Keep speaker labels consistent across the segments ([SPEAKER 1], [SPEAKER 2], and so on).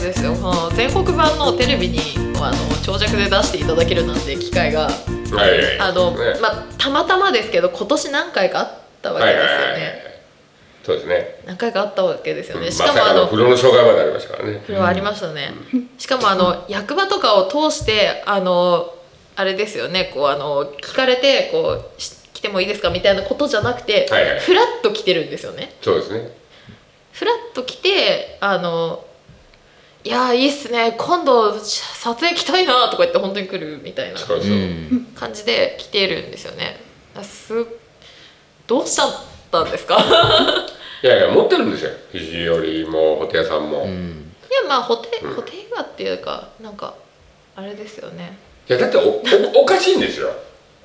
[SPEAKER 1] ですよこの全国版のテレビにあの長尺で出していただけるなんて機会が
[SPEAKER 2] はい
[SPEAKER 1] あの、
[SPEAKER 2] ね
[SPEAKER 1] まあ、たまたまですけど今年何回かあったわけですよね、
[SPEAKER 2] そうですね
[SPEAKER 1] 何回かあったわけですよね、
[SPEAKER 2] うん
[SPEAKER 1] し
[SPEAKER 2] ま
[SPEAKER 1] か
[SPEAKER 2] さ
[SPEAKER 1] もあ
[SPEAKER 2] かの
[SPEAKER 1] の
[SPEAKER 2] 不良の障害までありましたからね
[SPEAKER 1] それはありましたね、しかもあの役場とかを通してあのあれですよねこうあの聞かれてこうし来てもいいですかみたいなことじゃなくて、
[SPEAKER 2] はいはい
[SPEAKER 1] フラッと来てるんですよね
[SPEAKER 2] そうですね
[SPEAKER 1] フラッと来てあのいやーいいっすね今度撮影来たいなとか言って本当に来るみたいな
[SPEAKER 2] そうそう、
[SPEAKER 3] うん
[SPEAKER 1] 感じで来てるんですよねあすどうしちゃったん ですかい
[SPEAKER 2] いやいや持ってるんですよ肘よりもホテイさんも、
[SPEAKER 3] う
[SPEAKER 2] い
[SPEAKER 3] ん
[SPEAKER 1] やまあ補填補填がっていうかなんかあれですよね
[SPEAKER 2] やだっておおおかしいんですよ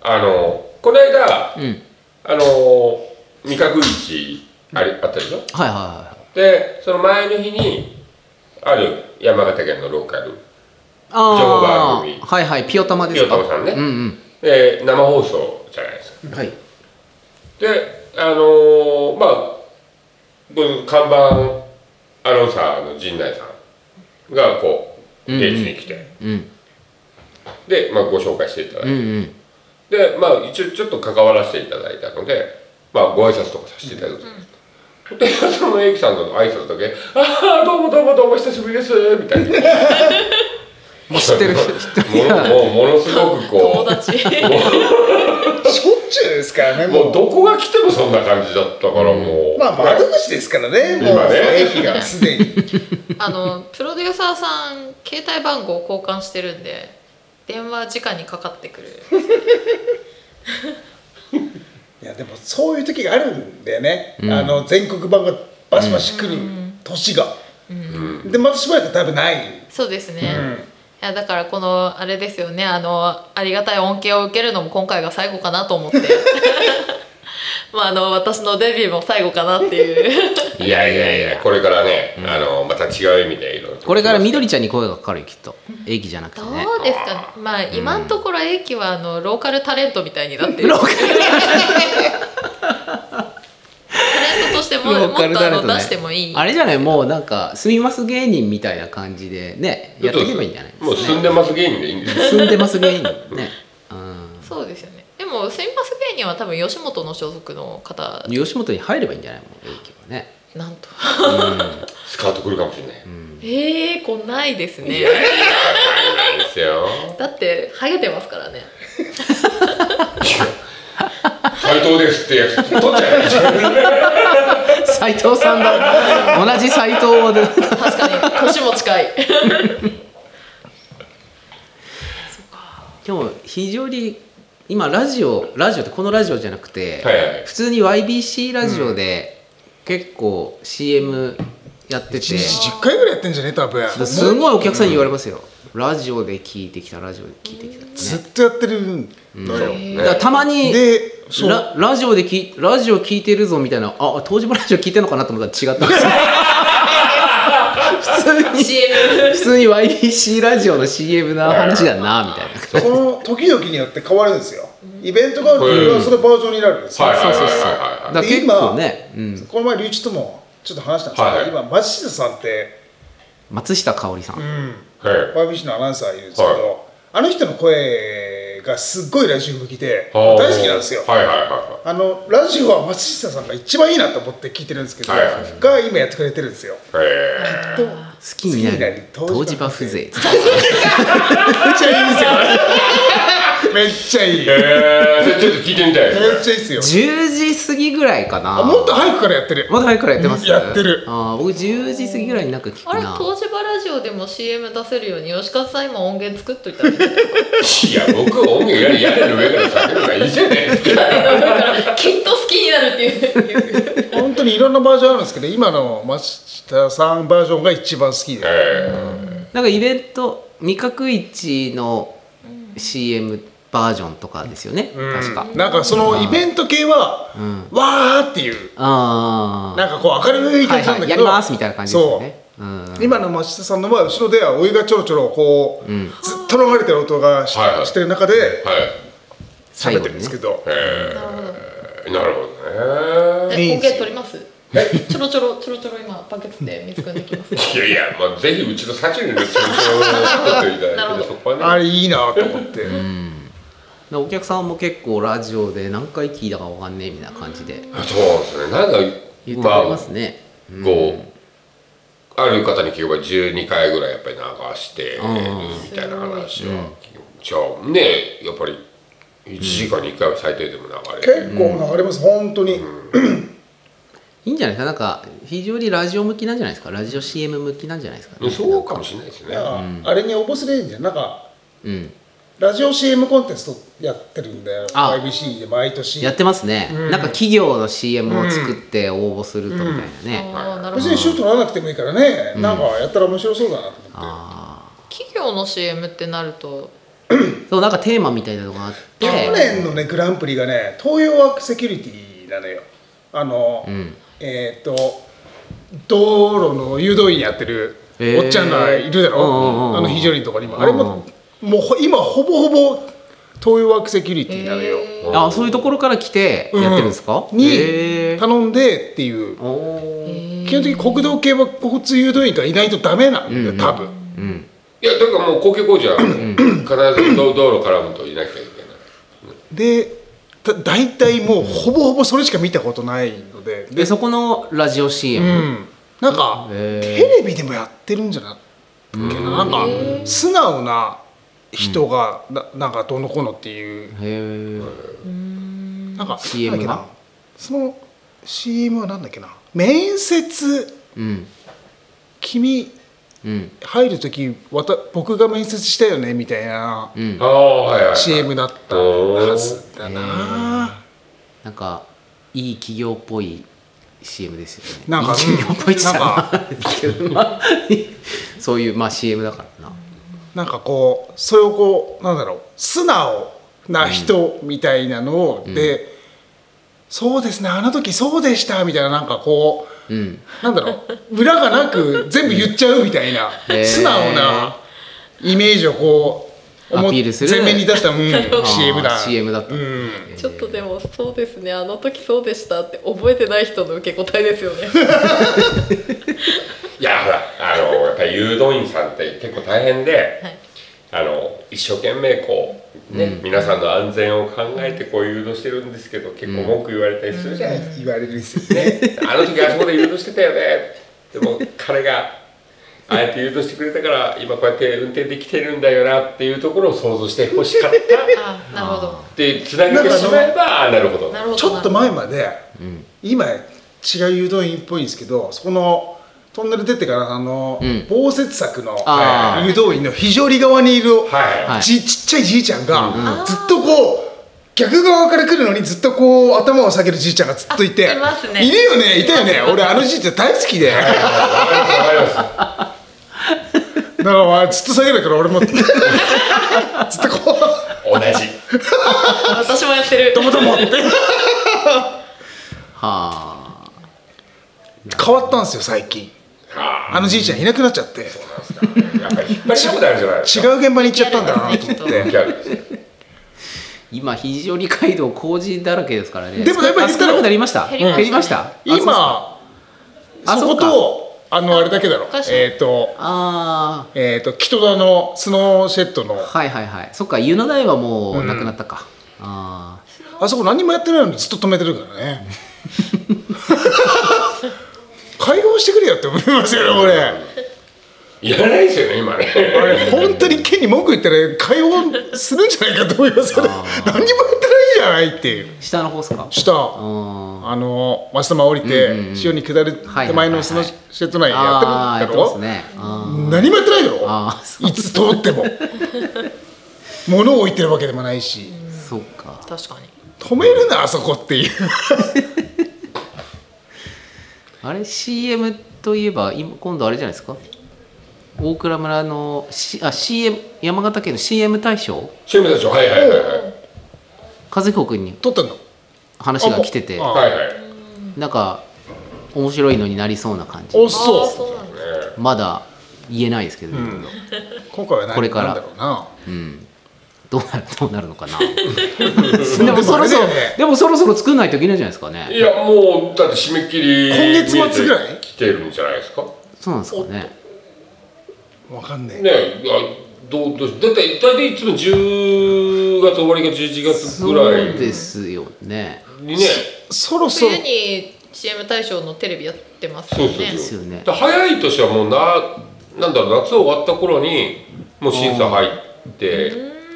[SPEAKER 2] あのこの間
[SPEAKER 3] うん
[SPEAKER 2] あの味覚市ありあったでしょ
[SPEAKER 3] はいはいはい
[SPEAKER 2] でその前の日にある山形県のローカル
[SPEAKER 3] あ
[SPEAKER 2] 情報番組
[SPEAKER 3] あはいはいピオタマです
[SPEAKER 2] 清
[SPEAKER 3] か
[SPEAKER 2] 友さんね、
[SPEAKER 3] うんうん
[SPEAKER 2] で生放送じゃないですか
[SPEAKER 3] はい
[SPEAKER 2] であのーまあこの看板アナウンサーの陣内さんがこう
[SPEAKER 3] うんうん
[SPEAKER 2] 定時に来て、
[SPEAKER 3] うん
[SPEAKER 2] で、まあ、ご紹介していただいて、
[SPEAKER 3] うんうん
[SPEAKER 2] でまあ一応ちょっと関わらせていただいたのでまあご挨拶とかさせていただくと、で その英樹さんの挨拶だけ「ああどうもどうもどうも久しぶりです」みたいな
[SPEAKER 3] 知 ってる
[SPEAKER 2] も
[SPEAKER 3] 知って
[SPEAKER 2] う
[SPEAKER 3] る
[SPEAKER 2] もうものすごく
[SPEAKER 1] 友
[SPEAKER 2] こう
[SPEAKER 1] 達
[SPEAKER 4] しょっちゅうですからね
[SPEAKER 2] も
[SPEAKER 4] も
[SPEAKER 2] う
[SPEAKER 4] う
[SPEAKER 2] どこが来てもそんな感じだったからもう、
[SPEAKER 4] まあ
[SPEAKER 2] ね
[SPEAKER 4] 窓口ですからねもう
[SPEAKER 2] 今ね
[SPEAKER 4] 経費がすでに
[SPEAKER 1] あのプロデューサーさん携帯番号交換してるんで電話直にかかってくる
[SPEAKER 4] いやでもそういう時があるんだよね、あの全国版がバシバシ来る年が、でまたしばらく多分ない、
[SPEAKER 1] そうですね、いやだからこのあれですよねあのありがたい恩恵を受けるのも今回が最後かなと 思ってまああの私のデビューも最後かなって いう
[SPEAKER 2] いやいやいやこれからね、あのまた違う意味でいろいろ
[SPEAKER 3] これからみどりちゃんに声がかかるよきっと英気じゃなくて
[SPEAKER 1] ど
[SPEAKER 3] ね
[SPEAKER 1] うですかまあ今のところ英樹はあのローカルタレントみたいになってる
[SPEAKER 3] ローカル
[SPEAKER 1] タレントとしても
[SPEAKER 3] ロ
[SPEAKER 1] も
[SPEAKER 3] ー
[SPEAKER 1] っと
[SPEAKER 3] カル
[SPEAKER 1] あ
[SPEAKER 3] タレン
[SPEAKER 1] の
[SPEAKER 3] ト
[SPEAKER 1] 出
[SPEAKER 3] ね
[SPEAKER 1] してもいい
[SPEAKER 3] あれじゃないもうなんかすみます芸人みたいな感じでねやっていけばいいんじゃない
[SPEAKER 2] もう住んでます芸人でいいんですよ
[SPEAKER 3] 住んでます芸人ねうん
[SPEAKER 1] そうですよねでもすみます芸人は多分吉本の所属の方
[SPEAKER 3] 吉本に入ればいいんじゃないもう英気はね
[SPEAKER 1] なん と
[SPEAKER 2] スカートくるかもしれない、
[SPEAKER 1] ええー、こんないですね
[SPEAKER 2] ないですよ
[SPEAKER 1] だってハゲてますからね
[SPEAKER 2] 斎藤ですってやつ取っちゃう
[SPEAKER 3] 斎藤さんだ同じ斎藤で
[SPEAKER 1] 確かに年も近い
[SPEAKER 3] でも非常に今ラジオラジオってこのラジオじゃなくて、
[SPEAKER 2] はいはい
[SPEAKER 3] 普通に YBC ラジオで結構 CM やってて、
[SPEAKER 4] 一日10回ぐらいやってんじゃねえ多分
[SPEAKER 3] すごいお客さんに言われますよ、ラジオで聞いてきたラジオで聞いてきた、ね、
[SPEAKER 4] ずっとやってるんだよ、
[SPEAKER 3] だからたまに
[SPEAKER 4] でそう
[SPEAKER 3] ララジオできラジオ聞いてるぞみたいなあ東芝ラジオ聞いてるのかなと思ったら違ったんですよ
[SPEAKER 1] CM
[SPEAKER 3] 普通に普通に YBC ラジオの CM の話だなみたいな
[SPEAKER 4] その時々によって変わるんですよイベントがある時はそのバージョンになるんですよ、
[SPEAKER 2] はいはい
[SPEAKER 3] そう
[SPEAKER 2] はい
[SPEAKER 3] そうそ
[SPEAKER 2] は
[SPEAKER 3] うだ
[SPEAKER 2] い
[SPEAKER 3] から結構ね、うん、
[SPEAKER 4] この前龍一ともちょっと話したんですけど、
[SPEAKER 2] はい
[SPEAKER 4] 今松下さんって、
[SPEAKER 3] 松下香織さん、
[SPEAKER 4] うん、
[SPEAKER 2] はい
[SPEAKER 4] YBC のアナウンサーいるんですけど、
[SPEAKER 2] はい
[SPEAKER 4] あの人の声がすっごいラジオ向きで
[SPEAKER 2] は
[SPEAKER 4] 大
[SPEAKER 2] あ
[SPEAKER 4] 好きなんですよ、
[SPEAKER 2] はいはいはいは
[SPEAKER 4] あのラジオは松下さんが一番いいなと思って聞いてるんですけど、
[SPEAKER 2] はいはい
[SPEAKER 4] が今やってくれてるんですよ
[SPEAKER 2] いへ
[SPEAKER 3] 好きになる
[SPEAKER 4] 好きになる
[SPEAKER 3] 東芝風情
[SPEAKER 4] めっちゃいいですよめっちゃいい
[SPEAKER 2] え
[SPEAKER 4] めっ
[SPEAKER 2] へえそれちょっと聞いてみたいですね
[SPEAKER 4] ちゃいいですよ
[SPEAKER 3] 10時過ぎぐらいかな
[SPEAKER 4] あもっと早くからやってる
[SPEAKER 3] もっと早くからやってます
[SPEAKER 4] やってる
[SPEAKER 3] あー僕10時過ぎぐらいになんか聞く
[SPEAKER 1] あれ
[SPEAKER 3] な
[SPEAKER 1] 東芝ラジオでも CM 出せるように吉川さん今音源作っとい たらいいんじゃない
[SPEAKER 2] いや僕音源やり屋根の上から叫ぶのがいいじゃないですか
[SPEAKER 1] きっと好きになるっていう
[SPEAKER 4] 本当にいろんなバージョンあるんですけど今の松下さんバージョンが一番好きで
[SPEAKER 2] え
[SPEAKER 3] なんかイベント味覚市の CM バージョンとかですよね、確か、
[SPEAKER 4] なんかそのイベント系は、わーっていう
[SPEAKER 3] ああ
[SPEAKER 4] なんかこう明るい感じなんだけ
[SPEAKER 3] や
[SPEAKER 4] ど、
[SPEAKER 3] りますみたいな感じですよねうん
[SPEAKER 4] 今の松下さんのは後ろではお湯がちょろちょろこう、ずっと流れてる音がし,、
[SPEAKER 2] はいはい
[SPEAKER 4] てる中で
[SPEAKER 2] ー、はい
[SPEAKER 3] 最
[SPEAKER 4] 喋っ
[SPEAKER 3] 後
[SPEAKER 4] て
[SPEAKER 3] に
[SPEAKER 4] る
[SPEAKER 3] ね
[SPEAKER 4] んですけど、
[SPEAKER 2] えー、なるほどね
[SPEAKER 1] え音源取りますちょろちょろちょろちょろ今バケツで水汲んできます
[SPEAKER 2] いやいや、まあ、ぜひうちのサチュにの通常を作っていた
[SPEAKER 1] なるほ
[SPEAKER 2] だい
[SPEAKER 1] ど
[SPEAKER 2] て、そこ
[SPEAKER 4] あ
[SPEAKER 2] はね。
[SPEAKER 4] れいいなと思って、
[SPEAKER 3] でお客さんも結構ラジオで何回聞いたかわかんねえみたいな感じで
[SPEAKER 2] そうですね。なんか、
[SPEAKER 3] 言ってくれ
[SPEAKER 2] ま
[SPEAKER 3] ま
[SPEAKER 2] あ
[SPEAKER 3] す、ね、うん
[SPEAKER 2] こう、ある方に聞けば12回ぐらいやっぱり流してる
[SPEAKER 3] うん
[SPEAKER 2] みたいな話は聞く。じゃあ、ね、やっぱり1時間に1回は最低でも流れる。
[SPEAKER 4] 結構流れます本当に、
[SPEAKER 3] いいんじゃないですかなんか非常にラジオ向きなんじゃないですかラジオ CM 向きなんじゃないですか、
[SPEAKER 2] うんそうかもしれないですね。
[SPEAKER 4] ああれに応募すればいいんじゃんなんか
[SPEAKER 3] うん、
[SPEAKER 4] ラジオ CM コンテストやってるんだよ
[SPEAKER 3] あ
[SPEAKER 4] YBC で毎年
[SPEAKER 3] やってますね、なんか企業の CM を作って応募するとみたいなね、
[SPEAKER 1] あーなる
[SPEAKER 4] 別
[SPEAKER 1] ほど
[SPEAKER 4] に賞取らなくてもいいからね、なんかやったら面白そうだなと思って
[SPEAKER 3] あ
[SPEAKER 1] 企業の CM ってなると
[SPEAKER 3] あそうなんかテーマみたいなのがあっ
[SPEAKER 4] 去
[SPEAKER 3] て
[SPEAKER 4] 年のねグランプリがね東洋ワークセキュリティなのよあの、
[SPEAKER 3] ん
[SPEAKER 4] えっ、と道路の誘導員やってる
[SPEAKER 3] えー
[SPEAKER 4] おっちゃんがいるだろ、
[SPEAKER 3] うんうんうんうん
[SPEAKER 4] あの非常にとかにもあれも、もうほ今ほぼほぼ東洋ワークセキュリティなのよ、
[SPEAKER 1] え
[SPEAKER 3] あそういうところから来てやってるんですか、へ
[SPEAKER 4] に
[SPEAKER 3] ー
[SPEAKER 4] 頼んでっていう
[SPEAKER 3] おー
[SPEAKER 4] 基本的に国道系は交通誘導員がいないとダメなんだよ多分、
[SPEAKER 3] うん
[SPEAKER 2] いや、というかもう公共工事は必ず道道路絡むといなきゃいけない。
[SPEAKER 4] でだ大体もうほぼほぼそれしか見たことないので
[SPEAKER 3] でそこのラジオ CM、
[SPEAKER 4] うん、なんか、
[SPEAKER 3] へー
[SPEAKER 4] テレビでもやってるんじゃないっけななんか素直な人が、ななんかどうのこうのってい
[SPEAKER 3] へ
[SPEAKER 4] う
[SPEAKER 3] え
[SPEAKER 4] なんか
[SPEAKER 3] CM
[SPEAKER 4] なんだっけ
[SPEAKER 3] が
[SPEAKER 4] なその CM はなんだっけな面接
[SPEAKER 3] うん
[SPEAKER 4] 君
[SPEAKER 3] うん
[SPEAKER 4] 入る時わた僕が面接したよねみたいな
[SPEAKER 3] うん
[SPEAKER 2] ああ、はいはい。
[SPEAKER 4] CM だったはずだな、
[SPEAKER 3] なんかいい企業っぽい CM ですよね
[SPEAKER 4] なんか
[SPEAKER 3] いい企業っぽいって言った
[SPEAKER 4] なん
[SPEAKER 3] らなんですけどまあ そういうまあ CM だからな
[SPEAKER 4] なんかこうそれをこうなんだろう素直な人みたいなのを、で、そうですねあの時そうでしたみたいななんかこう
[SPEAKER 3] うん
[SPEAKER 4] なんだろう裏がなく全部言っちゃうみたいな
[SPEAKER 3] へー
[SPEAKER 4] 素直なイメージをこう思っ
[SPEAKER 3] アピールする
[SPEAKER 4] 前面に出した、うん、
[SPEAKER 3] あー
[SPEAKER 4] CM だ
[SPEAKER 3] CM だった、
[SPEAKER 4] うん
[SPEAKER 1] ーちょっとでもそうですねあの時そうでしたって覚えてない人の受け答えですよね
[SPEAKER 2] いやほらあのやっぱり誘導員さんって結構大変で、
[SPEAKER 1] はい
[SPEAKER 2] あの一生懸命こう、ね皆さんの安全を考えてこう誘導してるんですけど結構文句言われたりするじゃないです
[SPEAKER 4] 言われるんです
[SPEAKER 2] か、
[SPEAKER 4] よね
[SPEAKER 2] ね、あの時あそこで誘導してたよねでも彼がああやって誘導してくれたから今こうやって運転できてるんだよなっていうところを想像してほしかった
[SPEAKER 1] あーなるほど
[SPEAKER 2] ってつなげてしまえばあなるほど
[SPEAKER 1] なるほど
[SPEAKER 4] ちょっと前まで、今違う誘導員っぽいんですけどそこのトンネル出てからあの、
[SPEAKER 3] ん
[SPEAKER 4] 防雪柵の
[SPEAKER 3] あー
[SPEAKER 4] 誘導員の非常に側にいる、
[SPEAKER 2] はい、
[SPEAKER 3] はい
[SPEAKER 4] じちっちゃいじいちゃんがずっとこう逆側から来るのにずっとこう頭を下げるじいちゃんがずっといて
[SPEAKER 1] あいますね
[SPEAKER 4] いるよねいたよ ね俺あのじいちゃん大好きでだ
[SPEAKER 2] わかります
[SPEAKER 4] からずっと下 げるから俺もずっとこう
[SPEAKER 2] 同じ
[SPEAKER 1] 私もやってる
[SPEAKER 4] ともともって
[SPEAKER 3] はあ
[SPEAKER 4] 変わったんですよ最近
[SPEAKER 2] は
[SPEAKER 4] あのじいちゃんいなくなっちゃって
[SPEAKER 2] あやっぱり引っ張りだこであるじゃないです
[SPEAKER 4] 違
[SPEAKER 2] か
[SPEAKER 4] う現場に行っちゃったんだなと思っ
[SPEAKER 1] 違
[SPEAKER 4] て
[SPEAKER 2] ギャルです
[SPEAKER 3] 今非常に街道工事だらけですからね
[SPEAKER 4] でもやっぱり
[SPEAKER 3] あ少なくなりました
[SPEAKER 1] 減りましたね
[SPEAKER 3] 減りましたあ
[SPEAKER 4] 今
[SPEAKER 3] あ
[SPEAKER 4] そ
[SPEAKER 3] そう
[SPEAKER 4] こ
[SPEAKER 3] か
[SPEAKER 4] とあのあれだけだろ
[SPEAKER 1] かしい
[SPEAKER 4] えっと
[SPEAKER 3] あ
[SPEAKER 4] えっと木戸田のスノーシェットの
[SPEAKER 3] ーはいはいはいそっか湯の台はもうなくなったか、ああ
[SPEAKER 4] あそこ何もやってないのにずっと止めてるからね解放してくれよって思いますよね俺
[SPEAKER 2] いらないですよね今ね
[SPEAKER 4] 俺本当に県に文句言ったら解放するんじゃないかと思いますよね何にもやってないじゃないっていう
[SPEAKER 3] 下の方ですか
[SPEAKER 4] 下
[SPEAKER 3] うん
[SPEAKER 4] あの松玉降りて潮に下る手前のその
[SPEAKER 3] はいはいはいはい
[SPEAKER 4] シェット内
[SPEAKER 3] ああやって
[SPEAKER 4] やっ
[SPEAKER 3] て
[SPEAKER 4] る
[SPEAKER 3] ます
[SPEAKER 4] んだろ
[SPEAKER 3] ねあ
[SPEAKER 4] 何もやってないだ
[SPEAKER 3] ーあ
[SPEAKER 4] ろ
[SPEAKER 3] ーそ
[SPEAKER 4] いつ通っても物を置いてるわけでもないし
[SPEAKER 3] そうか
[SPEAKER 1] 確かに
[SPEAKER 4] 止めるなあそこっていう
[SPEAKER 3] あれ CM といえば今今度あれじゃないですか大倉村の、C、あ CM 山形県の CM 大賞
[SPEAKER 2] チームでしょはいはいはいはい
[SPEAKER 3] 和彦君に
[SPEAKER 4] 撮ったの
[SPEAKER 3] 話が来てて
[SPEAKER 4] あ
[SPEAKER 2] はいはい
[SPEAKER 3] なんか面白いのになりそうな感じ
[SPEAKER 4] お
[SPEAKER 1] あ
[SPEAKER 4] っ
[SPEAKER 1] ー
[SPEAKER 4] そ
[SPEAKER 1] そうなんだ
[SPEAKER 3] まだ言えないですけど、
[SPEAKER 4] 今回は何
[SPEAKER 3] これから
[SPEAKER 4] なんだろうな
[SPEAKER 3] どうなるどうなるのかな
[SPEAKER 4] で
[SPEAKER 3] でもそろそろ
[SPEAKER 4] あれだよね
[SPEAKER 3] でもそろそろ作んないといけないんじゃないですかね
[SPEAKER 2] いやもうだって締め切り
[SPEAKER 4] 今月末ぐらい
[SPEAKER 2] 見えてきてるんじゃないですかね
[SPEAKER 3] そうなんですかね
[SPEAKER 4] わかんねえ
[SPEAKER 2] えいやどうどうしだって大体いつも10月終わりか11月
[SPEAKER 3] そ
[SPEAKER 2] ぐらいう
[SPEAKER 3] ですよね
[SPEAKER 2] にね
[SPEAKER 4] そろそろ
[SPEAKER 1] 冬に CM 大賞のテレビやってます
[SPEAKER 2] そ
[SPEAKER 1] よ
[SPEAKER 2] うそう
[SPEAKER 1] ね
[SPEAKER 3] ですよね
[SPEAKER 2] だから早い年はもうななんだろう夏終わった頃にもう審査入って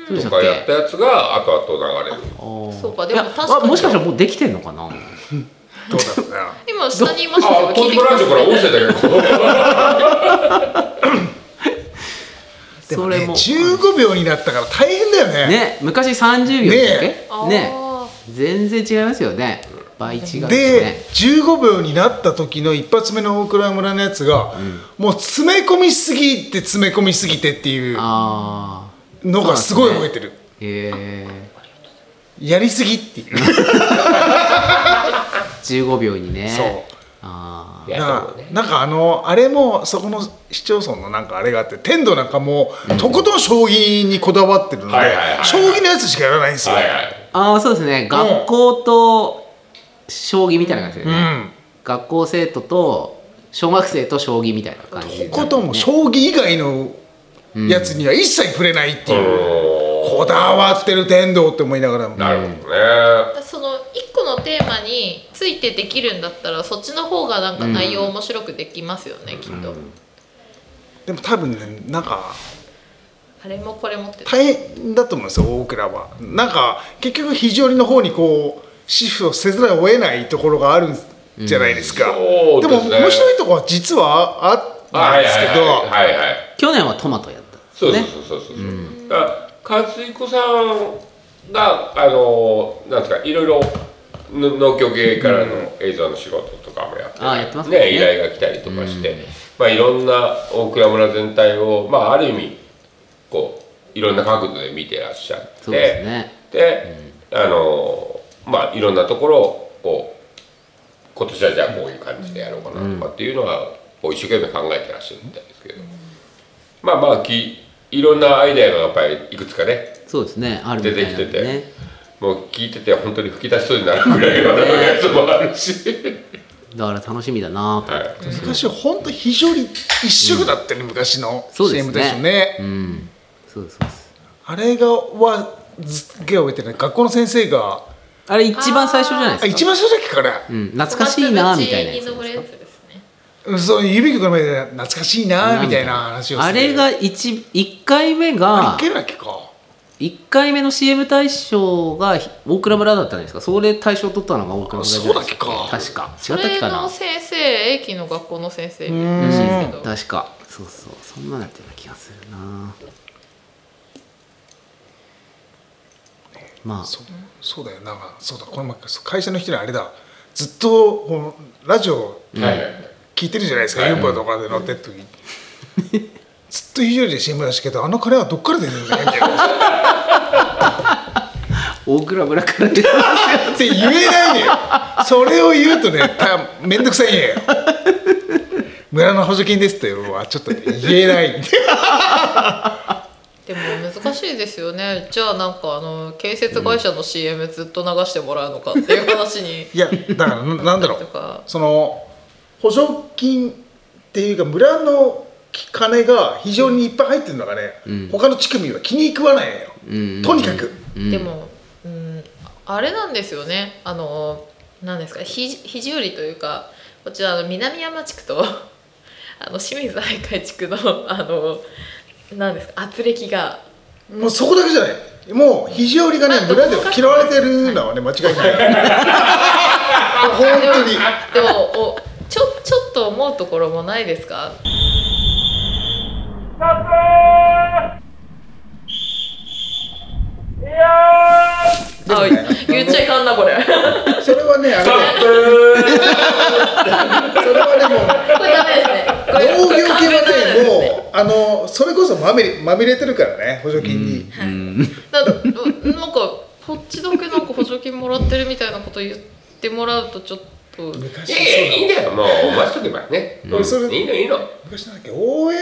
[SPEAKER 3] どうでし
[SPEAKER 2] と
[SPEAKER 3] たっ
[SPEAKER 2] かやっ
[SPEAKER 3] け
[SPEAKER 2] たやつが後々流れる
[SPEAKER 3] あー
[SPEAKER 1] そうかでも
[SPEAKER 3] いや
[SPEAKER 1] 確かに
[SPEAKER 3] あもしかしたらもうできてんのかな
[SPEAKER 4] どうだろうな
[SPEAKER 1] 今下にいますけど
[SPEAKER 2] あト
[SPEAKER 1] 聞い
[SPEAKER 2] ッ
[SPEAKER 1] て
[SPEAKER 2] プ
[SPEAKER 1] く
[SPEAKER 2] ラ
[SPEAKER 1] だ
[SPEAKER 2] ジオ
[SPEAKER 1] さ
[SPEAKER 2] から
[SPEAKER 1] い
[SPEAKER 2] 音声だけど
[SPEAKER 4] でも
[SPEAKER 3] それ
[SPEAKER 4] ね
[SPEAKER 3] も
[SPEAKER 4] 15秒になったから大変だよね
[SPEAKER 3] ね昔30秒だっけ
[SPEAKER 4] ね
[SPEAKER 1] あー
[SPEAKER 3] ね全然違いますよね倍違うよ
[SPEAKER 4] で
[SPEAKER 3] ね
[SPEAKER 4] 15秒になった時の一発目の大倉村のやつが、もう詰め込みすぎて詰め込みすぎてっていう
[SPEAKER 3] ああ
[SPEAKER 4] のがすごい覚えてる、
[SPEAKER 3] へえ
[SPEAKER 4] やりすぎっていう
[SPEAKER 3] 15秒にね
[SPEAKER 4] そう
[SPEAKER 3] あ
[SPEAKER 2] い
[SPEAKER 4] だ
[SPEAKER 2] や
[SPEAKER 4] か
[SPEAKER 2] でも
[SPEAKER 4] らなんかあのあれもそこの市町村のなんかあれがあって天童なんかもうとことん将棋にこだわってるので、
[SPEAKER 2] はいはいはいはい
[SPEAKER 4] 将棋のやつしかやらないんですよ、
[SPEAKER 2] はいはい
[SPEAKER 3] ーあーそうですね学校と将棋みたいな感じだよ
[SPEAKER 4] う
[SPEAKER 3] ね、
[SPEAKER 4] ん
[SPEAKER 3] 学校生徒と小学生と将棋みたいな感じ、ね、
[SPEAKER 4] こことも将棋以外のやつには一切触れないっていう、
[SPEAKER 2] う
[SPEAKER 4] こだわってる天童って思いながらも
[SPEAKER 2] んなるほどね
[SPEAKER 1] その一個のテーマについてできるんだったらそっちの方がなんか内容面白くできますよね、きっと、
[SPEAKER 4] でも多分ねなんか
[SPEAKER 1] あれもこれもって
[SPEAKER 4] 大変だと思うんですよ大倉はなんか結局非常にの方にこうシフトせざるを得ないところがあるんじゃないですか、
[SPEAKER 2] うんそう
[SPEAKER 4] でも
[SPEAKER 2] ですね
[SPEAKER 4] 面白いとこは実はあったんですけ
[SPEAKER 2] はい
[SPEAKER 4] ど、
[SPEAKER 2] はいはいはいはい
[SPEAKER 3] 去年はトマトやったんです
[SPEAKER 2] そう
[SPEAKER 3] よ
[SPEAKER 2] そ
[SPEAKER 3] ね
[SPEAKER 2] うそうそうそう、だから勝彦さんがあのなんですかいろいろの農協系からの映像の仕事とかもやって,、
[SPEAKER 3] あーやってますもんね
[SPEAKER 2] 依頼が来たりとかして、まあいろんな大倉村全体をまあある意味こういろんな角度で見てらっしゃって
[SPEAKER 3] そうですね
[SPEAKER 2] であのまあいろんなところをこう今年はじゃあこういう感じでやろうかなとかっていうのは、こう一生懸命考えてらっしゃるみたいですけど、まあまあきいろんなアイデアがやっぱりいくつかね
[SPEAKER 3] そうですねあるみたいなん
[SPEAKER 2] 出
[SPEAKER 3] で
[SPEAKER 2] てきて
[SPEAKER 3] ね
[SPEAKER 2] もう聞いてて本当に吹き出しそうになるぐらいのやつもあるし、
[SPEAKER 3] だから楽しみだなと、
[SPEAKER 2] はい、
[SPEAKER 4] 昔は本当非常に一色だったね、昔の
[SPEAKER 3] そうです
[SPEAKER 4] CM
[SPEAKER 3] ね
[SPEAKER 4] でしたね
[SPEAKER 3] うんそうですそうです
[SPEAKER 4] あれがはすっげえ覚えてない学校の先生が
[SPEAKER 3] あれ一番最初じゃない
[SPEAKER 4] あ
[SPEAKER 3] ですか
[SPEAKER 4] 一番最初だっけから、
[SPEAKER 3] うん、懐かしいなみたいなやつ
[SPEAKER 1] 小松口に登る
[SPEAKER 3] で
[SPEAKER 1] や
[SPEAKER 3] す
[SPEAKER 1] つですね
[SPEAKER 4] うん、そう指曲の前で懐かしい
[SPEAKER 3] か
[SPEAKER 4] なみたいな話をす
[SPEAKER 3] あ
[SPEAKER 4] る
[SPEAKER 3] れが一一回目
[SPEAKER 4] あ
[SPEAKER 3] が
[SPEAKER 4] っけだっけか
[SPEAKER 3] 一回目の CM 大賞が大倉村だったじゃないですかそれ大賞取ったのが大倉村じゃないです
[SPEAKER 4] あそうだっ
[SPEAKER 3] 確か違
[SPEAKER 1] そ
[SPEAKER 3] ったっけ
[SPEAKER 1] れ
[SPEAKER 3] かな
[SPEAKER 1] の先生英気の学校の先生
[SPEAKER 4] ん
[SPEAKER 1] らしいですけど
[SPEAKER 3] 確かそうそうそんなだったような気がするなまあ
[SPEAKER 4] そうそうだよなんかそうだこの前そう会社の人にあれだずっとこのラジオ
[SPEAKER 2] はいはい
[SPEAKER 4] 聞いてるじゃないですか、
[SPEAKER 2] はい
[SPEAKER 4] ユーバーとかで乗ってる時に、ずっと非常にで CM だしけどあの彼はどっから出てるんだよみたいな
[SPEAKER 3] 大倉村から 出て
[SPEAKER 4] って言えないのよそれを言うとねためんどくさいんやよ村の補助金ですっていうのはちょっと言えない
[SPEAKER 1] でも難しいですよねじゃあなんかあの建設会社の CM ずっと流してもらうのかっていう話に
[SPEAKER 4] いやだからな なんだろ
[SPEAKER 1] と
[SPEAKER 4] う
[SPEAKER 1] か
[SPEAKER 4] その補助金っていうか村の金が非常にいっぱい入ってるのがね、他の地区民は気に食わないのよ、
[SPEAKER 3] ん
[SPEAKER 4] とにかく、
[SPEAKER 1] でも、うん、あれなんですよねあの何ですかひ肘折りというかこちらの南山地区と あの清水愛海地区の あの何ですか圧力が
[SPEAKER 4] もうそこだけじゃないもう肘折がね
[SPEAKER 1] まあ
[SPEAKER 4] 村では嫌われてるのはね間違いない 本当に
[SPEAKER 1] でもおちょちょっと思うところもないですかあ言っちゃいかんなこれ
[SPEAKER 4] それはねあれ
[SPEAKER 2] カ
[SPEAKER 4] ね
[SPEAKER 2] ップ
[SPEAKER 4] それはねもう
[SPEAKER 1] これダメですねこれ
[SPEAKER 4] 農業系
[SPEAKER 1] これ完全ダメ
[SPEAKER 4] は
[SPEAKER 1] です
[SPEAKER 4] ね
[SPEAKER 1] ね
[SPEAKER 4] もうあのそれこそまみれまみれてるからね補助金に、
[SPEAKER 1] ななんかこっちだけなんか補助金もらってるみたいなこと言ってもらうとちょっと
[SPEAKER 4] 昔
[SPEAKER 2] い
[SPEAKER 4] そう
[SPEAKER 2] やいやいいん
[SPEAKER 4] だ
[SPEAKER 2] だよもうお待ちとけばね、うん、い
[SPEAKER 4] それ
[SPEAKER 2] いのいいの
[SPEAKER 4] 昔なんだっけ大江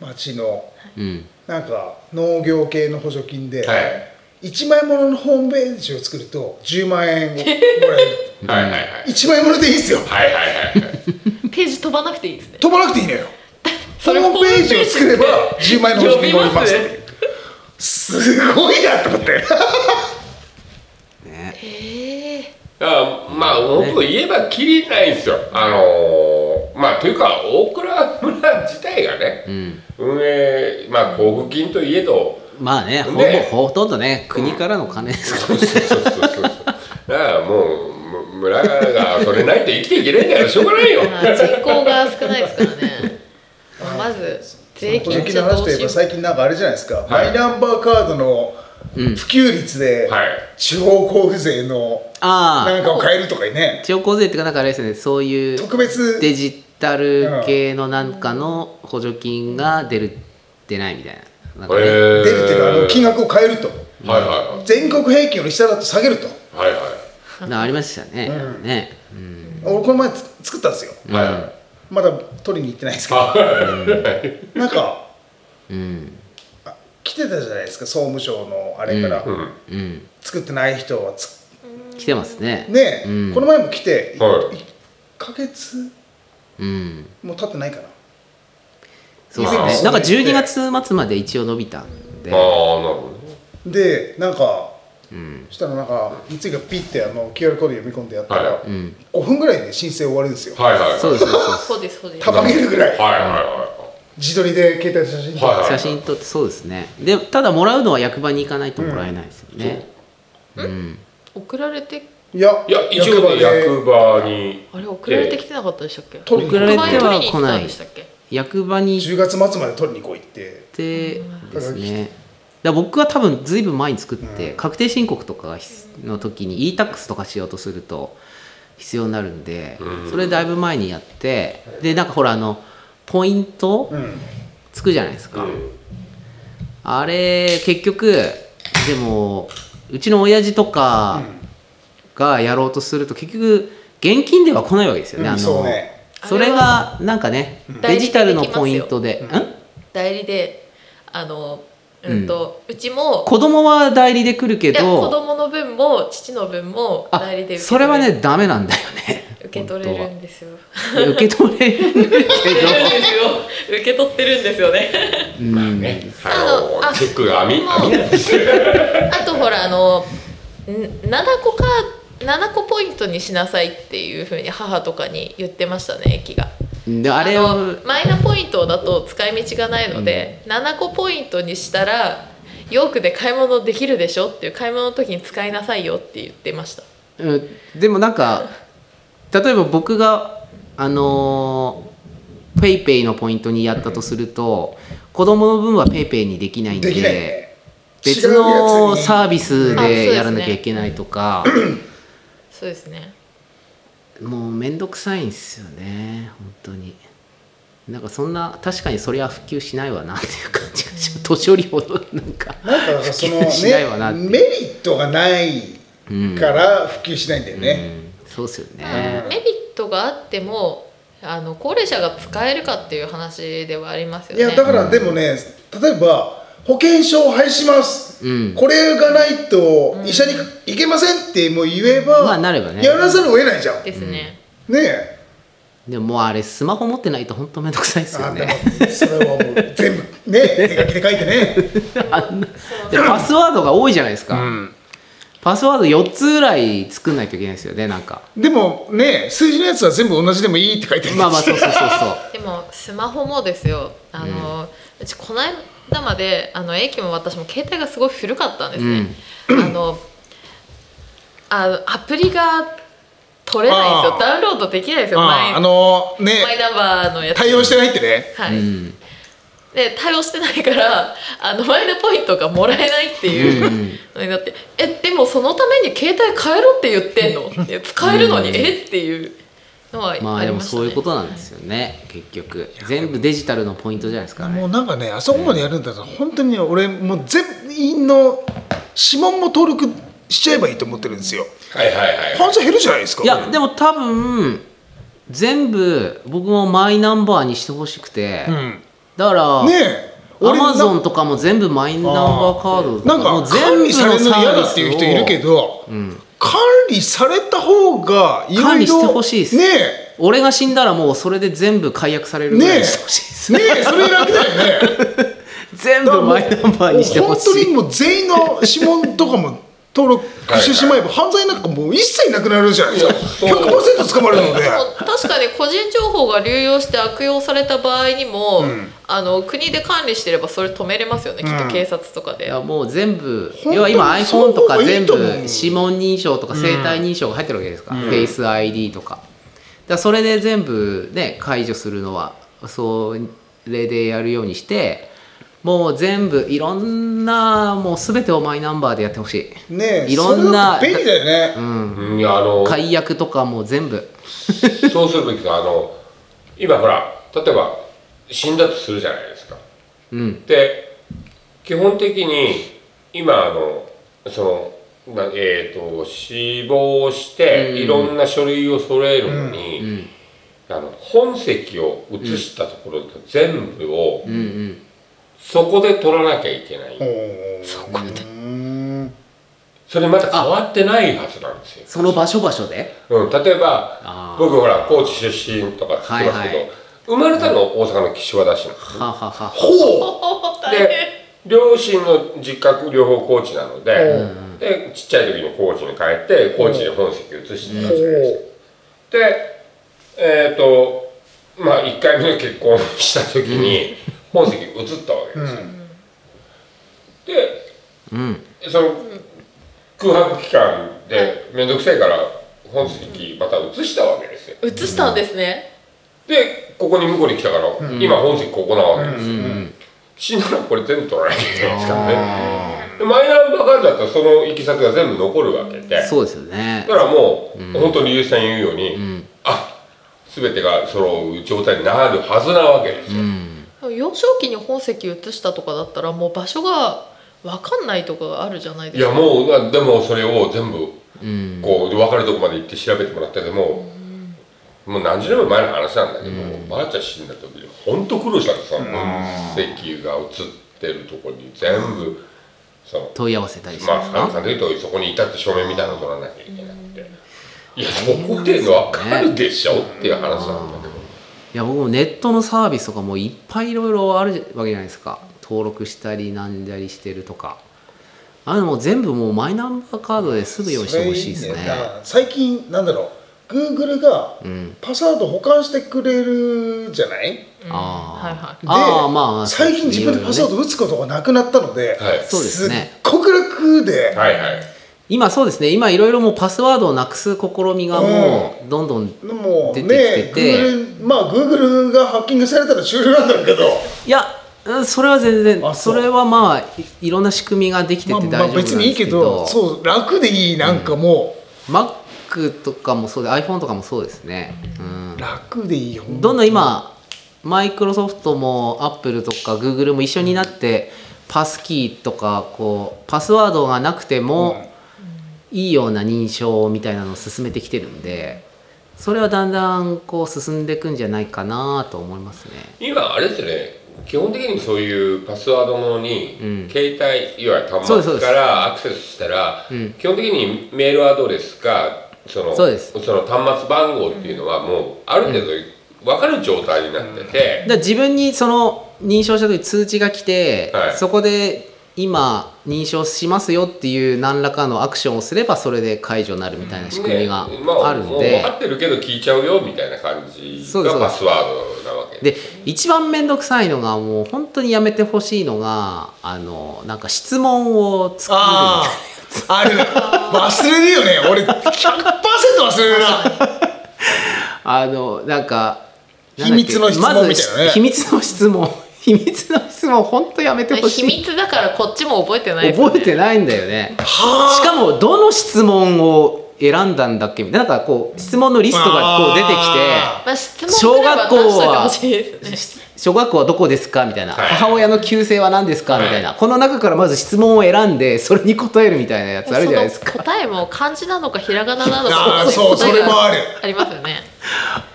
[SPEAKER 4] 町の
[SPEAKER 3] うん
[SPEAKER 4] なんか農業系の補助金で、
[SPEAKER 2] はい
[SPEAKER 4] 1枚もののホームページを作ると10万円をもらえ る
[SPEAKER 2] はいはいはい
[SPEAKER 4] 1枚ものでいいですよ
[SPEAKER 2] はいはいはい
[SPEAKER 1] ページ飛ばなくていいですね
[SPEAKER 4] 飛ばなくていいのよホ
[SPEAKER 1] それ
[SPEAKER 4] ームページを作れば10万円の
[SPEAKER 1] 呼
[SPEAKER 4] 保証
[SPEAKER 1] び
[SPEAKER 4] に乗り
[SPEAKER 1] ま
[SPEAKER 4] ます
[SPEAKER 1] す
[SPEAKER 4] っていうすごいなと思って
[SPEAKER 1] ええ
[SPEAKER 2] あまあ僕言えばきりないんですよあのーまあというか大倉村自体がね、運営まあ交付金といえど
[SPEAKER 3] まあねほぼ
[SPEAKER 2] ね
[SPEAKER 3] ほとんどね国からの金ですか
[SPEAKER 2] そうそうそうそうそうだからもうむ村がそれないと生きていけないんだからしょうが ないよ
[SPEAKER 1] まあ人口が少ないですから ねまず税
[SPEAKER 4] 個人
[SPEAKER 1] 金
[SPEAKER 4] 的
[SPEAKER 1] じ
[SPEAKER 4] な
[SPEAKER 1] ゃど
[SPEAKER 4] 話
[SPEAKER 1] う
[SPEAKER 4] とい
[SPEAKER 1] しよ
[SPEAKER 4] えば
[SPEAKER 1] う
[SPEAKER 4] 最近なんかあれじゃないですか、
[SPEAKER 2] い
[SPEAKER 4] マイナンバーカードの普及率で
[SPEAKER 2] はい
[SPEAKER 4] 地方交付税の
[SPEAKER 3] あ
[SPEAKER 4] なんかを変えるとかね
[SPEAKER 3] あ地方交税っていうかなんかあれですねそういう
[SPEAKER 4] 特別
[SPEAKER 3] デジタル系のなんかの補助金が出る出ないみたいななんかね
[SPEAKER 2] え
[SPEAKER 4] 出るっていうかあの金額を変えると
[SPEAKER 2] はいは
[SPEAKER 4] 全国平均より下だと下げると
[SPEAKER 2] いはいはい
[SPEAKER 3] なんかありましたね、ね、うん、
[SPEAKER 4] 俺この前つ作ったんですよ
[SPEAKER 2] はいはい
[SPEAKER 4] まだ取りに行ってないんですけどなんか
[SPEAKER 3] うん、
[SPEAKER 4] あ来てたじゃないですか総務省のあれから
[SPEAKER 2] うん
[SPEAKER 3] うん、
[SPEAKER 4] 作ってない人はつ
[SPEAKER 3] 来てますね。
[SPEAKER 4] ねえ
[SPEAKER 3] うん
[SPEAKER 4] この前も来て
[SPEAKER 2] はい
[SPEAKER 4] 1ヶ月
[SPEAKER 3] うん、
[SPEAKER 4] も経ってないかな
[SPEAKER 3] そうです
[SPEAKER 2] 以前
[SPEAKER 3] ね。
[SPEAKER 4] も
[SPEAKER 3] なんか
[SPEAKER 4] そう
[SPEAKER 3] 12
[SPEAKER 4] 言って
[SPEAKER 3] 月末まで一応伸びたんで
[SPEAKER 2] ああなる、ほ
[SPEAKER 4] でなんか
[SPEAKER 3] うん、
[SPEAKER 4] したらなんか三井がピッてあの QR コード読み込んでやったら、
[SPEAKER 2] は
[SPEAKER 3] う
[SPEAKER 2] い
[SPEAKER 3] ん、
[SPEAKER 4] 5分ぐらいで申請終わるんですよ、
[SPEAKER 2] どねはいはいはい
[SPEAKER 3] そうですそうです。
[SPEAKER 1] そうですそうです
[SPEAKER 4] 束ねるぐらい
[SPEAKER 2] はいはい
[SPEAKER 4] 自撮りで携帯で写真撮って、
[SPEAKER 2] はいはい
[SPEAKER 3] 写真撮ってそうですね。で、ただもらうのは役場に行かないともらえないですよね。うん、
[SPEAKER 1] 送られて
[SPEAKER 4] い、や
[SPEAKER 2] はいいや一応ね役場に
[SPEAKER 1] あれ送られてきてなかったでしたっけ
[SPEAKER 4] 取り
[SPEAKER 3] 送られては来
[SPEAKER 1] 送ら
[SPEAKER 3] な
[SPEAKER 1] れ
[SPEAKER 3] い
[SPEAKER 1] てき。たんでしたっ
[SPEAKER 3] 役場に行っ
[SPEAKER 4] 10月末まで撮りに来いって
[SPEAKER 3] てですね。だから僕は多分ずいぶん前に作って、確定申告とかが必の時に e-tax とかしようとすると必要になるんで、それだいぶ前にやってでなんかほらあのポイント
[SPEAKER 4] うん
[SPEAKER 3] つくじゃないです
[SPEAKER 2] う
[SPEAKER 3] か、
[SPEAKER 2] ん
[SPEAKER 3] あれ結局でもうちの親父とかがやろうとすると結局現金では来ないわけですよね、
[SPEAKER 4] うん
[SPEAKER 3] あの
[SPEAKER 4] そうね
[SPEAKER 3] それがなんかね
[SPEAKER 1] 代理
[SPEAKER 3] デジ
[SPEAKER 1] で
[SPEAKER 3] タルの
[SPEAKER 1] できますよ
[SPEAKER 3] ポイントで
[SPEAKER 1] け
[SPEAKER 3] ん
[SPEAKER 1] 代理であのうんと、うちも
[SPEAKER 3] 子供は代理で来るけ
[SPEAKER 1] いや子
[SPEAKER 3] ど
[SPEAKER 1] 供の分も父の分も
[SPEAKER 3] あ
[SPEAKER 1] 代理で受け取れる
[SPEAKER 3] それはねダメなんだよね
[SPEAKER 1] 受け取れるんですよ
[SPEAKER 3] 本当は受け取れるけ
[SPEAKER 1] 受け取 れるんですよ受け取ってるんですよね
[SPEAKER 3] ど、うん
[SPEAKER 2] ね
[SPEAKER 1] あ
[SPEAKER 2] あ
[SPEAKER 1] の
[SPEAKER 2] の
[SPEAKER 1] あ
[SPEAKER 2] チェックが網
[SPEAKER 1] もう
[SPEAKER 2] 網なんですよ
[SPEAKER 1] あとほらあのん7個か7個ポイントにしなさいっていうふうに母とかに言ってましたね駅が
[SPEAKER 3] であれを
[SPEAKER 1] のマイナポイントだと使い道がないので、7個ポイントにしたらヨークで買い物できるでしょっていう買い物の時に使いなさいよって言ってました
[SPEAKER 3] うんでもなんか例えば僕があのーペイペイのポイントにやったとすると、子供の分はペイペイにできないんで
[SPEAKER 4] できないね
[SPEAKER 3] 別のサー
[SPEAKER 4] ビ
[SPEAKER 3] ビス
[SPEAKER 1] あそうです
[SPEAKER 3] で
[SPEAKER 1] ね
[SPEAKER 3] やらなきゃいけないとか、
[SPEAKER 1] そうですね
[SPEAKER 3] もうめんどくさいんですよね本当になんかそんな確かにそれは普及しないわなっていう感じがします年寄りほどなんか
[SPEAKER 4] なんかその
[SPEAKER 3] 普及しないわなって
[SPEAKER 4] ねメリットがないから普及しないんだよ
[SPEAKER 3] う
[SPEAKER 4] ね、
[SPEAKER 3] んそうですよ
[SPEAKER 1] あ
[SPEAKER 3] ね
[SPEAKER 1] のメリットがあってもあの高齢者が使えるかっていう話ではありますよ
[SPEAKER 4] い
[SPEAKER 1] ね
[SPEAKER 4] やだからでもね例えば保険証を廃止します、
[SPEAKER 3] うん
[SPEAKER 4] これがないと医者に行けませんってもう言えば、
[SPEAKER 3] まあなればね
[SPEAKER 4] やらざるを得ないじゃんね
[SPEAKER 1] ですね、
[SPEAKER 4] え
[SPEAKER 3] でももうあれスマホ持ってないと本当めんどくさいですよ
[SPEAKER 4] あで
[SPEAKER 3] ね
[SPEAKER 4] もそれはもう全部ね 手書きで書いてね
[SPEAKER 3] でパスワードが多いじゃないですか、パスワード4つぐらい作んないといけないですよねなんか
[SPEAKER 4] でもね数字のやつは全部同じでもいいって書いてる
[SPEAKER 3] まあまあそうそうそうそう
[SPEAKER 1] でもスマホもですよあの、うちこの間まであの駅も私も携帯がすごい古かったんですね、あのあのアプリが取れないんです
[SPEAKER 4] あ
[SPEAKER 1] よ
[SPEAKER 4] ー
[SPEAKER 1] ダウンロードできないんですよマ
[SPEAKER 4] あ
[SPEAKER 1] イ
[SPEAKER 4] ああの
[SPEAKER 1] マイ
[SPEAKER 4] ね
[SPEAKER 1] ナンバーのやつ
[SPEAKER 4] 対応してないってね
[SPEAKER 1] はい、で対応してないからあのマイナポイントがもらえないっていうのになって「えでもそのために携帯変えろって言ってんの?」って使えるのに「えっ?」ていうのはあり
[SPEAKER 3] ま
[SPEAKER 1] ました
[SPEAKER 3] あ
[SPEAKER 1] ね
[SPEAKER 3] でもそういうことなんですよね、結局全部デジタルのポイントじゃないですか
[SPEAKER 4] もう
[SPEAKER 3] ね
[SPEAKER 4] なんかねあそこまでやるんだったら本当にね俺もう全員の指紋も登録しちゃえばいいと思ってるんですよ
[SPEAKER 2] はいはいはい
[SPEAKER 4] 犯罪減るじゃないですか
[SPEAKER 3] いやでも多分全部僕もマイナンバーにしてほしくて、
[SPEAKER 4] うん
[SPEAKER 3] だから、
[SPEAKER 4] ねえ
[SPEAKER 3] ア
[SPEAKER 4] 俺な
[SPEAKER 3] マゾンとかも全部マイナンバーカードと
[SPEAKER 4] なん
[SPEAKER 3] も
[SPEAKER 4] か
[SPEAKER 3] う
[SPEAKER 4] 管理されるの嫌だっていう人いるけど、管理された方がいろいろ
[SPEAKER 3] 管理してほしいです
[SPEAKER 4] ね
[SPEAKER 3] 俺が死んだらもうそれで全部解約され
[SPEAKER 4] え
[SPEAKER 3] るぐ
[SPEAKER 4] ね
[SPEAKER 3] らい
[SPEAKER 4] え
[SPEAKER 3] にしてほしいです、
[SPEAKER 4] ねえそれ楽だよ ね
[SPEAKER 3] 全部マイナンバーにしてほし
[SPEAKER 4] もう本当に
[SPEAKER 3] い
[SPEAKER 4] もう全員の指紋とかも登録してしまえば犯罪なんかもう一切なくなるじゃないですか
[SPEAKER 2] いや
[SPEAKER 4] 100%捕まるの で
[SPEAKER 1] でも確かに個人情報が流用して悪用された場合にも、あの国で管理してればそれ止めれますよね、きっと警察とかで
[SPEAKER 3] いやもう全部
[SPEAKER 4] 当に
[SPEAKER 3] 要は今
[SPEAKER 4] そう
[SPEAKER 3] iPhone とか全部
[SPEAKER 4] いいと思う
[SPEAKER 3] 指紋認証とか生体認証が入ってるわけですから、フェイス ID とかだからそれで全部ね解除するのはそれでやるようにしてもう全部いろんなもう全てをマイナンバーでやってほしい
[SPEAKER 4] ねえ
[SPEAKER 3] いろんな
[SPEAKER 4] それだと便利だよね、
[SPEAKER 2] うんいやあの
[SPEAKER 3] 解約とかも全部
[SPEAKER 2] そうするべきかあの今ほら例えば死んだとするじゃないですか。
[SPEAKER 3] うん
[SPEAKER 2] で基本的に今あのそのなえっ、と死亡して、いろんな書類を揃えるのに、あの本籍を移したところと全部を、
[SPEAKER 3] うんうん
[SPEAKER 2] そこで取らなきゃいけない、
[SPEAKER 4] そこで
[SPEAKER 2] それまた変わってないはずなんですよ。
[SPEAKER 3] その場所場所で
[SPEAKER 2] うん、例えば
[SPEAKER 3] あー
[SPEAKER 2] 僕ほら高知出身とかって言ってますけど、
[SPEAKER 3] はいは
[SPEAKER 2] 生まれたの大阪の岸和田市なんです
[SPEAKER 3] はあはあはあ
[SPEAKER 4] ほう
[SPEAKER 2] で両親の実家両方高知なので,、でちっちゃい時に高知に帰って高知に本籍移してたんですよでえっ、とまあ1回目の結婚をした時に本籍移ったわけですよ、
[SPEAKER 3] うん
[SPEAKER 2] でその空白期間で面倒くさいから本籍また移したわけですよ
[SPEAKER 1] 移したんですね、
[SPEAKER 2] でここに向こうに来たから、今本籍ここなわけですよ、死んだらこれ全部取らなきゃいけないですからねでマイナンバーカードだったらそのいきさつが全部残るわけで
[SPEAKER 3] そうですよね
[SPEAKER 2] だからもう、本当にゆうさん言うように、あ全てが揃う状態になるはずなわけですよ、
[SPEAKER 1] 幼少期に本籍移したとかだったらもう場所が分かんないとかがあるじゃないで
[SPEAKER 2] い
[SPEAKER 1] す
[SPEAKER 2] や
[SPEAKER 1] か
[SPEAKER 2] もうあでもそれを全部
[SPEAKER 3] うん
[SPEAKER 2] こう分かるとこまで行って調べてもらったけども、もう何十年も前の話なんだけど、ばあちゃん死んだ時に本当苦労したんですよ、本籍が移ってるとこに全部その
[SPEAKER 3] 問い合わせたりして
[SPEAKER 2] まあ、
[SPEAKER 3] ます
[SPEAKER 2] ス
[SPEAKER 3] か
[SPEAKER 2] カさんで言うと、そこにいたって証明みたいなの取らなきゃいけなくて。いや、そこで分かるでしょっていう話なんだけど。
[SPEAKER 3] いや僕もネットのサービスとかもいっぱいいろいろあるわけじゃないですか登録したりなんだりしてるとかああいうのも全部もうマイナンバーカードですぐ用意してほしいですね
[SPEAKER 4] それいいだから最近なんだろう Google がパスワード保管してくれるじゃない、
[SPEAKER 3] あー
[SPEAKER 1] はいはい
[SPEAKER 4] で
[SPEAKER 3] あーまあ
[SPEAKER 4] 最近自分でパスワー
[SPEAKER 3] ド
[SPEAKER 4] ド打つことがなくなったので、
[SPEAKER 2] はい
[SPEAKER 3] そうですね
[SPEAKER 4] っごく楽で、
[SPEAKER 2] はいはい。
[SPEAKER 3] 今そうですね今いろいろもうパスワードをなくす試みがもうどんどん
[SPEAKER 4] もう
[SPEAKER 3] 出
[SPEAKER 4] ね
[SPEAKER 3] てきてて
[SPEAKER 4] Google まあ Google がハッキングされたら終了なんだろうけど
[SPEAKER 3] いやうんそれは全然
[SPEAKER 4] あ
[SPEAKER 3] そ
[SPEAKER 4] そ
[SPEAKER 3] うれはまあいいろんな仕組みができてて
[SPEAKER 4] まあ
[SPEAKER 3] 大丈夫
[SPEAKER 4] ま
[SPEAKER 3] な
[SPEAKER 4] あ
[SPEAKER 3] んです
[SPEAKER 4] 別
[SPEAKER 3] けど,、
[SPEAKER 4] にいいけどそう楽でいいなんかも
[SPEAKER 3] Mac とかもそうで iPhone とかもそうですねうん
[SPEAKER 4] う楽でいいよ
[SPEAKER 3] どんどん今マイクロソフトもアップルとかグーグルも一緒になって、パスキーとかこうパスワードがなくてもいいような認証みたいなのを進めてきてるんでそれはだんだんこう進んでいくんじゃないかなと思いますね。
[SPEAKER 2] 今、あれですよね。基本的にそういうパスワードものに、携帯、いわゆる
[SPEAKER 3] そうで
[SPEAKER 2] 端
[SPEAKER 3] すそう
[SPEAKER 2] 末
[SPEAKER 3] です
[SPEAKER 2] からアクセスしたら、基本的にメールアドレスか、その
[SPEAKER 3] そうです
[SPEAKER 2] その端末番号っていうのはもうある程度分かる状態になってて、
[SPEAKER 3] だから自分にその認証した時に通知が来て、
[SPEAKER 2] はい
[SPEAKER 3] そこで今認証しますよっていう何らかのアクションをすればそれで解除になるみたいな仕組みが
[SPEAKER 2] ねまあ
[SPEAKER 3] あるんで、
[SPEAKER 2] もう分かってるけど聞いちゃうよみたいな感じ
[SPEAKER 3] そうで
[SPEAKER 2] が
[SPEAKER 3] すそうで
[SPEAKER 2] パ
[SPEAKER 3] す
[SPEAKER 2] スワードなわけ
[SPEAKER 3] で一番面倒くさいのがもう本当にやめてほしいのがあのなんか質問を作る
[SPEAKER 4] ああある忘れるよね俺100%忘れるな
[SPEAKER 3] あのなんか
[SPEAKER 4] 秘密の質問
[SPEAKER 3] んだっけ
[SPEAKER 4] みたいな
[SPEAKER 3] ま
[SPEAKER 4] ね
[SPEAKER 3] ず秘密の質問 秘密の質問本当やめてほし
[SPEAKER 1] 秘
[SPEAKER 3] い
[SPEAKER 1] 密だからこっちも覚えてないですよ
[SPEAKER 3] 覚
[SPEAKER 1] ね
[SPEAKER 3] えてないんだよね
[SPEAKER 4] は
[SPEAKER 3] しかもどの質問を選んだんだっけみたいななんかこう質問のリストがこう出てき
[SPEAKER 4] あ
[SPEAKER 3] て
[SPEAKER 1] まあ、質問くらいは出しといてほしいですね
[SPEAKER 3] 小学校はどこですかみたいな、
[SPEAKER 2] はい
[SPEAKER 3] 母親の旧姓は何ですかみたいな、この中からまず質問を選んでそれに答えるみたいなやつあるじゃないですか
[SPEAKER 1] その答えも漢字なのかひらがななの
[SPEAKER 4] あ
[SPEAKER 1] か
[SPEAKER 4] ーそう
[SPEAKER 1] 答え
[SPEAKER 4] それも
[SPEAKER 1] が
[SPEAKER 4] ある
[SPEAKER 1] ありますよね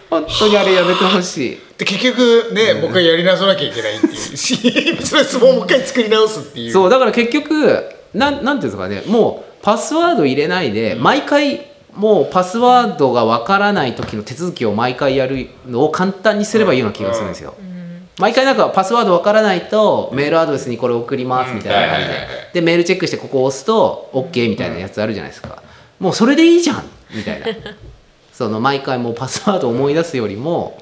[SPEAKER 3] 本当にあれやめてほしい
[SPEAKER 4] で結局ね、もう一回やり直さなきゃいけない っていうしその質問をもう一回作り直すっていう
[SPEAKER 3] そうだから結局なんなんていうんですかねもうパスワード入れないで、毎回もうパスワードがわからない時の手続きを毎回やるのを簡単にすればいいような気がするんですよ、毎回なんかパスワードわからないとメールアドレスにこれ送りますみたいな感
[SPEAKER 2] はいは
[SPEAKER 3] じで
[SPEAKER 2] いはいは
[SPEAKER 3] でメールチェックしてここを押すと OK みたいなやつあるじゃないですかもうそれでいいじゃんみたいなその毎回もうパスワードを思い出すよりも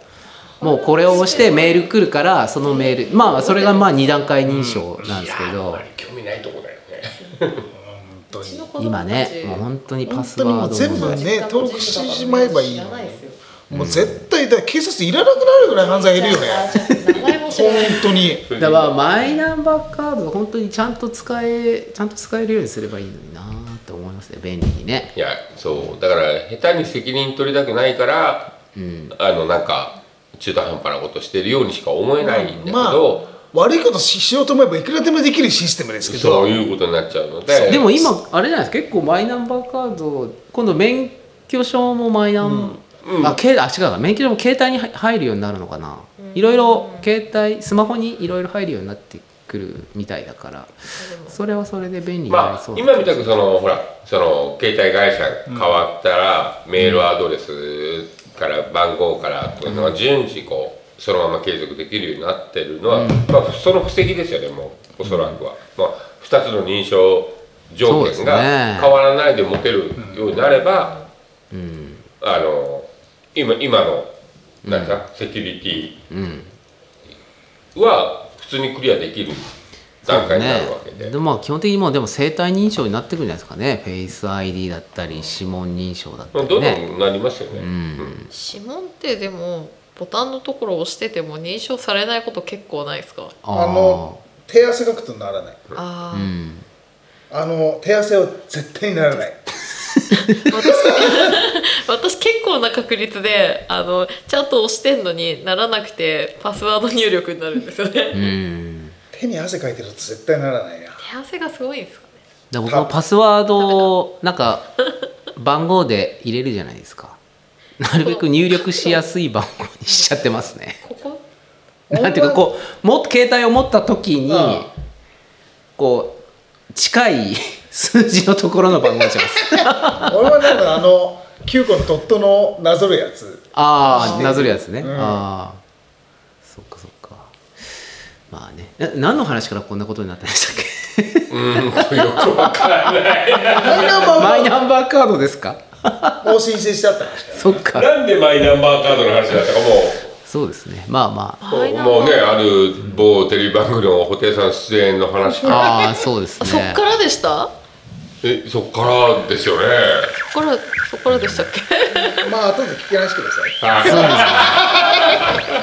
[SPEAKER 3] もうこれを押してメール来るからそのメールまあそれがまあ2段階認証なんですけ
[SPEAKER 2] いやあん
[SPEAKER 3] ど
[SPEAKER 2] まり興味ないとこだよね
[SPEAKER 4] 本当に
[SPEAKER 3] 今ねもう本当にパ
[SPEAKER 4] 本
[SPEAKER 3] ス
[SPEAKER 4] 当にも
[SPEAKER 3] ワー
[SPEAKER 4] う
[SPEAKER 3] ド
[SPEAKER 4] 全部
[SPEAKER 3] 問題
[SPEAKER 4] ね登録してしまえばいいの
[SPEAKER 1] 知らないですよ
[SPEAKER 4] もう絶対だ警察いらなくなるぐらい犯罪いるよね
[SPEAKER 1] 名前も知ら
[SPEAKER 4] 本
[SPEAKER 1] ない
[SPEAKER 4] 当に
[SPEAKER 3] だからマイナンバーカード本当にちゃんと使えちゃんと使えるようにすればいいのになって思いますね便利にね
[SPEAKER 2] いやそうだから下手に責任取りたくないから、あのなんか中途半端なことしてるようにしか思えないんだけど、
[SPEAKER 4] まあ悪いことししようと思えばいくらでもできるシステムですけ
[SPEAKER 2] そう
[SPEAKER 4] ど
[SPEAKER 2] いうことになっちゃうので
[SPEAKER 3] でも今あれじゃないですか結構マイナンバーカード今度免許証もマイナン、あけあ違うか免許証も携帯に入入るようになるのかな、いろいろ携帯スマホにいろいろ入るようになってくるみたいだからそれはそれで便利にな
[SPEAKER 2] ま
[SPEAKER 3] り
[SPEAKER 2] あ
[SPEAKER 3] そう、
[SPEAKER 2] 今みたくそのほらその携帯会社変わったら、メールアドレスから番号からというのが順次こうそのまま継続できるようになってるのは、まあ、その布石ですよねもうおそらくは、まあ、2つの認証条
[SPEAKER 3] そうです
[SPEAKER 2] 件が
[SPEAKER 3] ね
[SPEAKER 2] 変わらないで持てるようになれば、あの今今のなんかセキュリテ
[SPEAKER 3] うん
[SPEAKER 2] ィは普通にクリアできる段階になるわけで。
[SPEAKER 3] ね、でまあ基本的にもうでも生体認証になってくるんじゃないですかねフェイス ID だったり指紋認証だった
[SPEAKER 2] まあ
[SPEAKER 3] り
[SPEAKER 2] どんど
[SPEAKER 3] ね
[SPEAKER 2] んなりますよね。
[SPEAKER 3] うん
[SPEAKER 1] 指紋ってでもボタンのところを押してても認証されないこと結構ないですか
[SPEAKER 3] あー
[SPEAKER 4] あの手汗かくとならない
[SPEAKER 1] あ
[SPEAKER 3] う
[SPEAKER 1] ー、
[SPEAKER 3] ん
[SPEAKER 4] あの手汗は絶対にならない
[SPEAKER 1] 私 私結構な確率であのちゃんと押してんのにならなくてパスワード入力になるんですよね
[SPEAKER 3] うん
[SPEAKER 4] 手に汗かいてると絶対ならないな
[SPEAKER 1] 手汗がすごいんですかね
[SPEAKER 3] で僕もパスワードをなんか番号で入れるじゃないですかなるべく入力しやすい番号にしちゃってますね
[SPEAKER 1] ここ
[SPEAKER 3] なんていうかこうも携帯を持った時に
[SPEAKER 4] うんこ
[SPEAKER 3] う近い数字のところの番号にします
[SPEAKER 4] 俺はなんかあの9個のドットのなぞるやつ
[SPEAKER 3] ああなぞるやつね、
[SPEAKER 4] うん
[SPEAKER 3] ああそっかそっかまあねな何の話からこんなことになったんでしたっけ
[SPEAKER 2] うん、よくわからない。
[SPEAKER 4] マイナン バ
[SPEAKER 3] マイナンバーカードですか
[SPEAKER 4] ーを申請してあったんです
[SPEAKER 3] そっか
[SPEAKER 2] なんでマイナンバーカードの話だったか
[SPEAKER 3] そうですねまあまあ
[SPEAKER 2] もう、もうね、ある某テレビ番組の布袋さん出演の話から、
[SPEAKER 3] ああそうです
[SPEAKER 1] あ
[SPEAKER 3] ね
[SPEAKER 1] そっからでした
[SPEAKER 2] え、そっからですよね。
[SPEAKER 1] そっからそっからでしたっけ
[SPEAKER 4] まあ後で聞き話してください
[SPEAKER 2] はい。